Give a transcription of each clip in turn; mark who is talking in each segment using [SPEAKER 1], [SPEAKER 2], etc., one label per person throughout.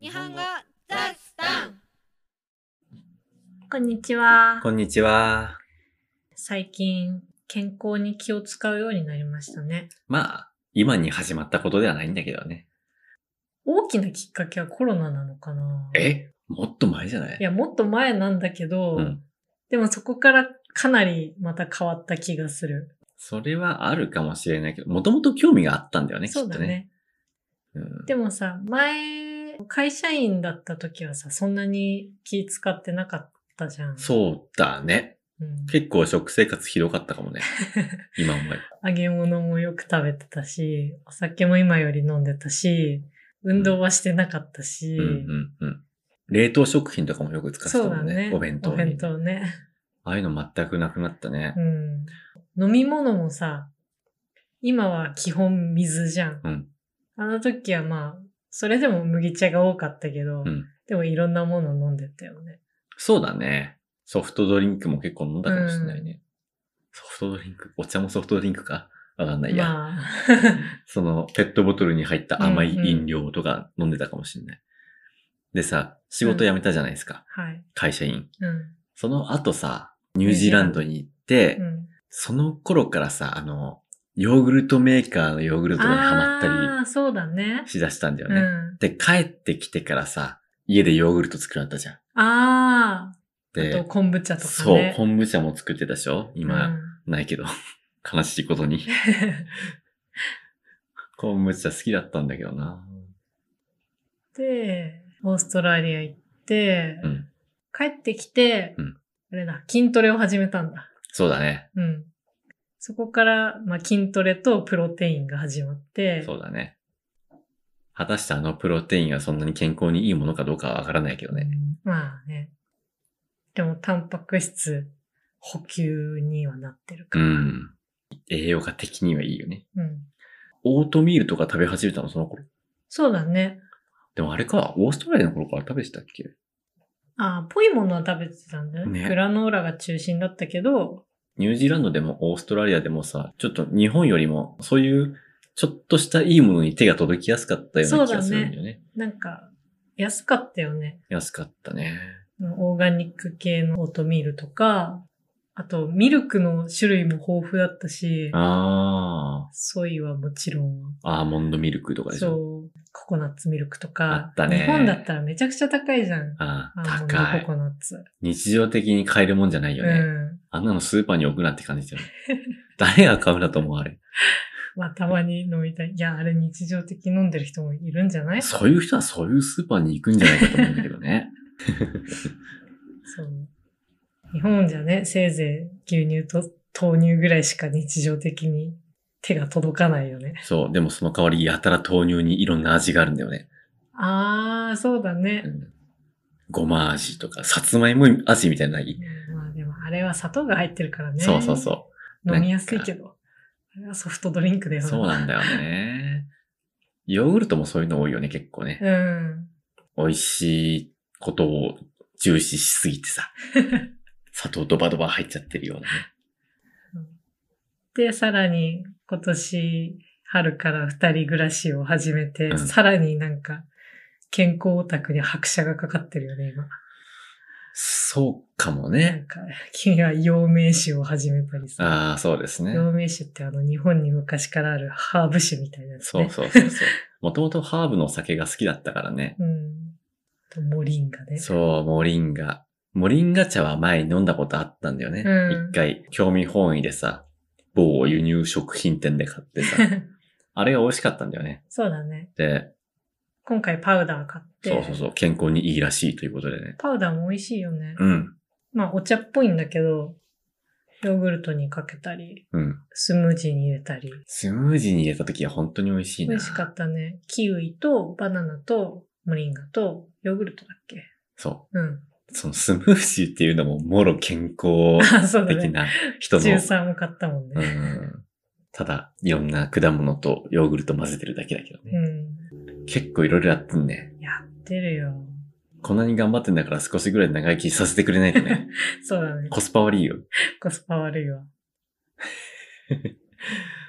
[SPEAKER 1] 日本語ザスタン
[SPEAKER 2] こんにちは。
[SPEAKER 3] こんにちは。
[SPEAKER 2] 最近、健康に気を使うようになりましたね。
[SPEAKER 3] まあ、今に始まったことではないんだけどね。
[SPEAKER 2] 大きなきっかけはコロナなのかな
[SPEAKER 3] えもっと前じゃない
[SPEAKER 2] いや、もっと前なんだけど、
[SPEAKER 3] うん。
[SPEAKER 2] でもそこからかなりまた変わった気がする。
[SPEAKER 3] それはあるかもしれないけど、もともと興味があったんだよね、きっ
[SPEAKER 2] そ
[SPEAKER 3] と
[SPEAKER 2] うだ
[SPEAKER 3] ね。
[SPEAKER 2] ね。
[SPEAKER 3] うん
[SPEAKER 2] でもさ、前、会社員だった時はさ、そんなに気使ってなかったじゃん。
[SPEAKER 3] そうだね。
[SPEAKER 2] うん。
[SPEAKER 3] 結構食生活ひどかったかも ね。今思えば。
[SPEAKER 2] 揚げ物もよく食べてたし、お酒も今より飲んでたし、運動はしてなかったし、
[SPEAKER 3] うんうんうん。冷凍食品とかもよく使って
[SPEAKER 2] そ
[SPEAKER 3] た
[SPEAKER 2] う
[SPEAKER 3] も
[SPEAKER 2] だ
[SPEAKER 3] んね。
[SPEAKER 2] ね。
[SPEAKER 3] お弁当
[SPEAKER 2] お
[SPEAKER 3] に
[SPEAKER 2] 弁当ね。
[SPEAKER 3] ああいうの全くなくなったね。
[SPEAKER 2] うん。飲み物もさ、今は基本水じゃん。
[SPEAKER 3] うん
[SPEAKER 2] あの時はまあ、それでも麦茶が多かったけど、
[SPEAKER 3] うん
[SPEAKER 2] でもいろんなもの飲んでたよね。
[SPEAKER 3] そうだね。ソフトドリンクも結構飲んだかもしれないね。ソフトドリンクお茶もソフトドリンクかわかんないや。
[SPEAKER 2] まあ、
[SPEAKER 3] そのペットボトルに入った甘い
[SPEAKER 2] うんうん
[SPEAKER 3] 飲料とか飲んでたかもしれない。でさ、仕事辞めたじゃないですか。
[SPEAKER 2] はい。
[SPEAKER 3] 会社員。
[SPEAKER 2] うん。
[SPEAKER 3] その後さ、ニュージーランドに行って、
[SPEAKER 2] うん。
[SPEAKER 3] その頃からさ、あの、ヨーグルトメーカーのヨーグルトにハマった
[SPEAKER 2] ああ、そうだね
[SPEAKER 3] り。しだしたんだよ
[SPEAKER 2] う
[SPEAKER 3] ね。
[SPEAKER 2] ん。
[SPEAKER 3] で、帰ってきてからさ、家でヨーグルト作られたじゃん。
[SPEAKER 2] ああ、あと
[SPEAKER 3] で、
[SPEAKER 2] 昆布茶とかね。
[SPEAKER 3] そう、昆布茶も作ってたでしょ今、
[SPEAKER 2] うん
[SPEAKER 3] ないけど。 悲しいことに。昆布茶好きだったんだけどな。
[SPEAKER 2] で、オーストラリア行って、
[SPEAKER 3] うん
[SPEAKER 2] 帰ってきて、
[SPEAKER 3] うん
[SPEAKER 2] あれだ、筋トレを始めたんだ。
[SPEAKER 3] そうだね。
[SPEAKER 2] うん。そこから、まあ、筋トレとプロテインが始まって、
[SPEAKER 3] そうだね。果たしてあのプロテインはそんなに健康にいいものかどうかはわからないけどね。
[SPEAKER 2] まあね。でも、タンパク質補給にはなってるか
[SPEAKER 3] う
[SPEAKER 2] ら。
[SPEAKER 3] ん。栄養価的にはいいよね。
[SPEAKER 2] うん
[SPEAKER 3] オートミールとか食べ始めたのその頃。
[SPEAKER 2] そうだね。
[SPEAKER 3] でもあれか、オーストラリアの頃から食べてたっけ
[SPEAKER 2] ああ、ぽいものは食べてたんだよね。
[SPEAKER 3] ね
[SPEAKER 2] グラノーラが中心だったけど、
[SPEAKER 3] ニュージーランドでもオーストラリアでもさ、ちょっと日本よりもそういうちょっとしたいいものに手が届きやすかったような気がするんだよね。
[SPEAKER 2] なんか、安かったよね。
[SPEAKER 3] 安かったね。
[SPEAKER 2] オーガニック系のオートミールとか、あと、ミルクの種類も豊富だったし、
[SPEAKER 3] あ
[SPEAKER 2] ソイはもちろん、
[SPEAKER 3] あ、アーモンドミルクとかでしょ。
[SPEAKER 2] そう、ココナッツミルクと
[SPEAKER 3] あ
[SPEAKER 2] か
[SPEAKER 3] っ、たね
[SPEAKER 2] 日本だったらめちゃくちゃ高いじゃん。
[SPEAKER 3] ああ、
[SPEAKER 2] アーモンド
[SPEAKER 3] 高
[SPEAKER 2] コ
[SPEAKER 3] い
[SPEAKER 2] コ。ナッツ。
[SPEAKER 3] 日常的に買えるもんじゃないよね。
[SPEAKER 2] うん。
[SPEAKER 3] あんなのスーパーに置くなって感じだよね。誰が買うんだと思うあれ。
[SPEAKER 2] まあ、たまに飲みたい。いや、あれ日常的に飲んでる人もいるんじゃない
[SPEAKER 3] そういう人はそういうスーパーに行くんじゃないかと思うんだけどね。
[SPEAKER 2] そう。日本じゃね、せいぜい牛乳と豆乳ぐらいしか日常的に手が届かないよね。
[SPEAKER 3] そう。でもその代わりやたら豆乳にいろんな味があるんだよね。
[SPEAKER 2] あー、そうだね
[SPEAKER 3] う。ん、ごま味とか、さつまいも味みたいなのない、
[SPEAKER 2] まあでもあれは砂糖が入ってるからね。。
[SPEAKER 3] そうそうそう
[SPEAKER 2] 飲みやすいけど。あれはソフトドリンクだ
[SPEAKER 3] う。
[SPEAKER 2] よ
[SPEAKER 3] そうなんだよね。ヨーグルトもそういうの多いよね、結構ね。
[SPEAKER 2] うん。
[SPEAKER 3] 美味しいことを重視しすぎてさ。砂糖ドバドバ入っちゃってるようなね。
[SPEAKER 2] で、さらに今年春から二人暮らしを始めて、
[SPEAKER 3] うん
[SPEAKER 2] さらになんか健康オタクに拍車がかかってるよね、今。
[SPEAKER 3] そうかも
[SPEAKER 2] な
[SPEAKER 3] ね。
[SPEAKER 2] んか、君は陽明酒を始めたりさ。
[SPEAKER 3] ああ、そうですね。
[SPEAKER 2] 陽明酒ってあの日本に昔からあるハーブ酒みたいなやつ
[SPEAKER 3] そ
[SPEAKER 2] ね。
[SPEAKER 3] うそうそうそう。 もともとハーブのお酒が好きだったからね。
[SPEAKER 2] う。うん。あとモリンガね。
[SPEAKER 3] そう、モリンガ。モリンガ茶は前に飲んだことあったんだよね。一、
[SPEAKER 2] うん
[SPEAKER 3] 回、興味本位でさ、某輸入食品店で買ってさ、 あれが美味しかったんだよね。
[SPEAKER 2] そうだね。
[SPEAKER 3] で、
[SPEAKER 2] 今回パウダー買って。
[SPEAKER 3] そうそうそう、健康にいいらしいということでね。
[SPEAKER 2] パウダーも美味しいよね。
[SPEAKER 3] うん、
[SPEAKER 2] まあ、お茶っぽいんだけど、ヨーグルトにかけたり、
[SPEAKER 3] うん。
[SPEAKER 2] スムージーに入れたり。
[SPEAKER 3] スムージーに入れた時は本当に美味しいな。
[SPEAKER 2] 美味しかったね。キウイとバナナとモリンガとヨーグルトだっけ
[SPEAKER 3] そ
[SPEAKER 2] うん。
[SPEAKER 3] う。そのスムージーっていうのも、もろ健康
[SPEAKER 2] あ、そうだ
[SPEAKER 3] 的
[SPEAKER 2] ね。
[SPEAKER 3] な人の。
[SPEAKER 2] 13も買ったもん
[SPEAKER 3] う
[SPEAKER 2] ね。
[SPEAKER 3] ん。ただ、いろんな果物とヨーグルト混ぜてるだけだけどね。
[SPEAKER 2] う
[SPEAKER 3] 結構いろいろやってんね。
[SPEAKER 2] ん。やってるよ。
[SPEAKER 3] こんなに頑張ってんだから少しぐらい長生きさせてくれないと ね。
[SPEAKER 2] そうだね。
[SPEAKER 3] コスパ悪いよ。
[SPEAKER 2] コスパ悪いわ。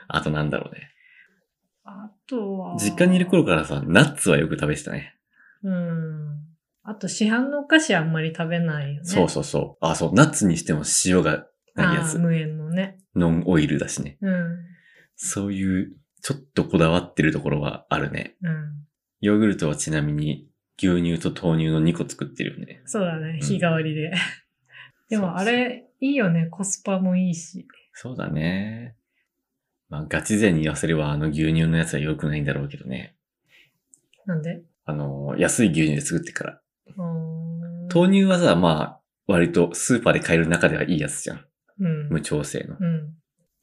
[SPEAKER 3] あとなんだろうね。
[SPEAKER 2] あとは。
[SPEAKER 3] 実家にいる頃からさ、ナッツはよく食べてたね。
[SPEAKER 2] うん。あと市販のお菓子あんまり食べないよね。
[SPEAKER 3] そうそうそう。あ、そう。ナッツにしても塩がないや
[SPEAKER 2] あー
[SPEAKER 3] つ。
[SPEAKER 2] 無塩のね。
[SPEAKER 3] ノンオイルだしね。
[SPEAKER 2] うん。
[SPEAKER 3] そういう、ちょっとこだわってるところはあるね。
[SPEAKER 2] うん。
[SPEAKER 3] ヨーグルトはちなみに牛乳と豆乳の2個作ってるよね。
[SPEAKER 2] そうだね。
[SPEAKER 3] うん
[SPEAKER 2] 日替わりで。 でもあれ、いいよね。コスパもいいし。
[SPEAKER 3] そうだね。まあガチ勢に言わせればあの牛乳のやつは良くないんだろうけどね。
[SPEAKER 2] なんで
[SPEAKER 3] あの、安い牛乳で作ってから。
[SPEAKER 2] うーん。
[SPEAKER 3] 豆乳はさ、まあ、割とスーパーで買える中ではいいやつじゃん。
[SPEAKER 2] うん。
[SPEAKER 3] 無調整の。
[SPEAKER 2] うん。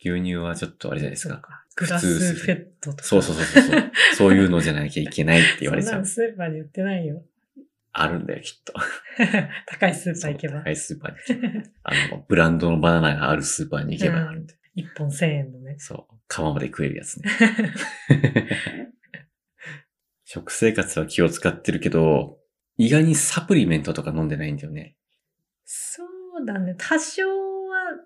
[SPEAKER 3] 牛乳はちょっとあれじゃないです
[SPEAKER 2] そう
[SPEAKER 3] か。
[SPEAKER 2] か。グラスフェットとか。
[SPEAKER 3] そうそうそうそう そう。そういうのじゃなきゃいけないって言われち
[SPEAKER 2] そ
[SPEAKER 3] ゃ
[SPEAKER 2] んな
[SPEAKER 3] う
[SPEAKER 2] の。スーパーで売ってないよ。
[SPEAKER 3] あるんだよ、きっと。
[SPEAKER 2] 高いスーパ
[SPEAKER 3] そ
[SPEAKER 2] ー
[SPEAKER 3] う
[SPEAKER 2] 行けば
[SPEAKER 3] 高。いスーパーに行けば。あの、ブランドのバナナがあるスーパーに行けばあるんで。
[SPEAKER 2] 一本千円のね。
[SPEAKER 3] そう。皮まで食えるやつ ね。食生活は気を使ってるけど、意外にサプリメントとか飲んでないんだよね。
[SPEAKER 2] そうだね。多少は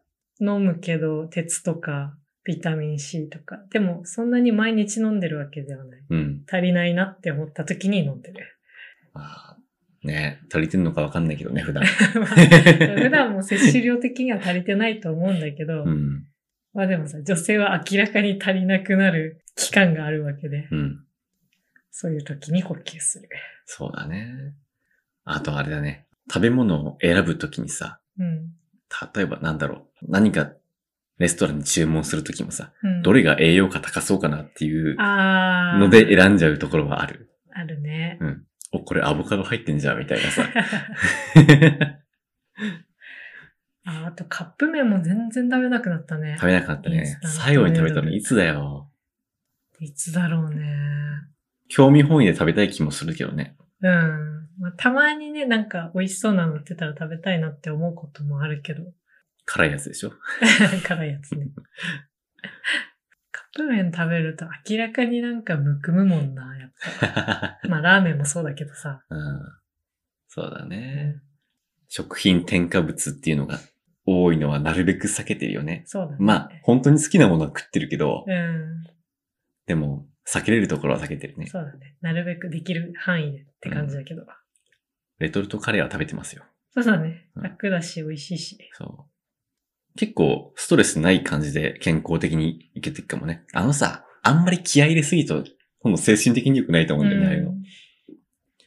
[SPEAKER 2] 飲むけど、鉄とか、ビタミン C とか。でも、そんなに毎日飲んでるわけではない。
[SPEAKER 3] うん。
[SPEAKER 2] 足りないなって思った時に飲んで る。
[SPEAKER 3] まあ、ね足りてんのかわかんないけどね、普段。
[SPEAKER 2] まあ 普段も摂取量的には足りてないと思うんだけど、
[SPEAKER 3] うん。
[SPEAKER 2] まあでもさ、女性は明らかに足りなくなる期間があるわけで、
[SPEAKER 3] うん。
[SPEAKER 2] そういう時に補給する。
[SPEAKER 3] そうだね。あとあれだね。食べ物を選ぶときにさ、
[SPEAKER 2] うん。
[SPEAKER 3] 例えばなんだろう。何かレストランに注文するときもさ、
[SPEAKER 2] うん、
[SPEAKER 3] どれが栄養価高そうかなっていう
[SPEAKER 2] あー
[SPEAKER 3] ので選んじゃうところはある。
[SPEAKER 2] あるね。
[SPEAKER 3] お、これアボカド入ってんじゃん、みたいなさ。
[SPEAKER 2] ああとカップ麺も全然食べなくなったね
[SPEAKER 3] 食。べなかった
[SPEAKER 2] イン
[SPEAKER 3] ね
[SPEAKER 2] スタ。ント
[SPEAKER 3] 最後に食べたの
[SPEAKER 2] ヌードル
[SPEAKER 3] いつだよ。
[SPEAKER 2] いつだろうね。
[SPEAKER 3] 興味本位で食べたい気もするけどね。
[SPEAKER 2] うん。まあ、たまにね、なんか美味しそうなの売ってたら食べたいなって思うこともあるけど。
[SPEAKER 3] 辛いやつでしょ
[SPEAKER 2] 辛いやつね。カップ麺食べると明らかになんかむくむもんな、やっぱ。まあラーメンもそうだけどさ。
[SPEAKER 3] うん。そうだね。食品添加物っていうのが多いのはなるべく避けてるよね。
[SPEAKER 2] そうだね。
[SPEAKER 3] まあ、本当に好きなものは食ってるけど、
[SPEAKER 2] うん。
[SPEAKER 3] でも、避けれるところは避けてるね。
[SPEAKER 2] そうだね。なるべくできる範囲でって感じだけど。
[SPEAKER 3] レトルトカレーは食べてますよ。
[SPEAKER 2] そうだね。
[SPEAKER 3] うん
[SPEAKER 2] 楽だし、美味しいし。
[SPEAKER 3] そう。結構、ストレスない感じで健康的にいけていくかもね。あのさ、あんまり気合い入れすぎると、今度精神的に良くないと思うんだよね、ああいうの。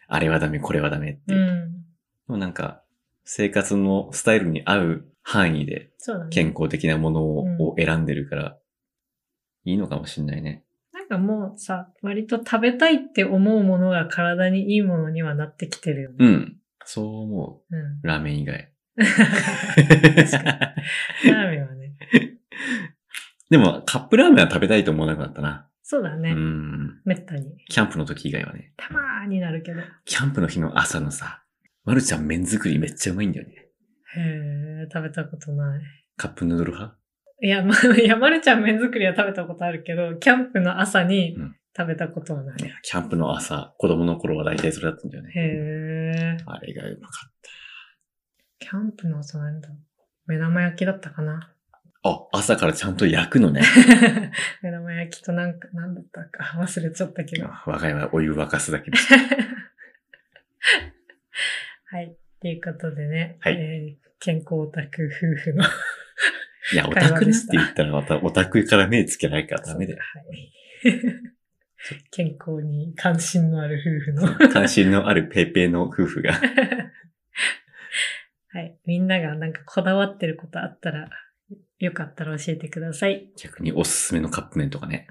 [SPEAKER 3] あれはダメ、これはダメって
[SPEAKER 2] う
[SPEAKER 3] いう。で
[SPEAKER 2] ん。
[SPEAKER 3] もなんか、生活のスタイルに合う範囲で
[SPEAKER 2] そうだね。
[SPEAKER 3] 健康的なものを,、
[SPEAKER 2] うん
[SPEAKER 3] 選んでるから、いいのかもしんないね。
[SPEAKER 2] なんかもうさ、割と食べたいって思うものが体にいいものにはなってきてるよね。
[SPEAKER 3] うん。そう思
[SPEAKER 2] うん。
[SPEAKER 3] う。ラーメン以 外。
[SPEAKER 2] ラーメンはね。
[SPEAKER 3] でも、カップラーメンは食べたいと思わなくなったな。
[SPEAKER 2] そうだね。
[SPEAKER 3] うん。
[SPEAKER 2] めったに。
[SPEAKER 3] キャンプの時以外はね。
[SPEAKER 2] たまーになるけど。へ
[SPEAKER 3] キャンプの日の朝のさ、まるちゃん麺作りめっちゃうまいんだよね。
[SPEAKER 2] え、食べたことない。
[SPEAKER 3] カップヌードル派
[SPEAKER 2] いや、まあ、い やまるちゃん麺作りは食べたことあるけど、キャンプの朝に
[SPEAKER 3] うん
[SPEAKER 2] 食べたことはない。
[SPEAKER 3] いやキャンプの朝、子供の頃は大体それだったんだよね。
[SPEAKER 2] へえ。
[SPEAKER 3] あれがうまかっ
[SPEAKER 2] キャンプの朝なんだろう目玉焼きだったかな
[SPEAKER 3] た。あ、朝からちゃんと焼くのね。
[SPEAKER 2] 目玉焼きとなんか、なんだったか忘れちゃったけど。
[SPEAKER 3] 我が家はお湯沸かすだけです。
[SPEAKER 2] はい。ということでね、
[SPEAKER 3] はい
[SPEAKER 2] えー健康オタク夫婦の
[SPEAKER 3] いや、オ
[SPEAKER 2] 会話
[SPEAKER 3] タクで
[SPEAKER 2] でし
[SPEAKER 3] すったて言ったらまたオタクから目つけないからダメだよ。
[SPEAKER 2] はい、健康に関心のある夫婦のは
[SPEAKER 3] 関心のあるペイペイの夫婦が。
[SPEAKER 2] い。みんながなんかこだわってることあったら、よかったら教えてください。
[SPEAKER 3] 逆におすすめのカップ麺とかね。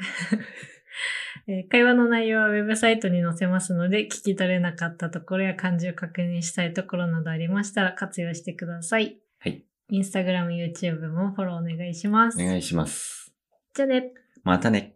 [SPEAKER 2] えー会話の内容はウェブサイトに載せますので、聞き取れなかったところや漢字を確認したいところなどありましたら活用してください。
[SPEAKER 3] はい。
[SPEAKER 2] インスタグラム、YouTube もフォローお願いします。
[SPEAKER 3] お願いします。
[SPEAKER 2] じゃあね。
[SPEAKER 3] またね。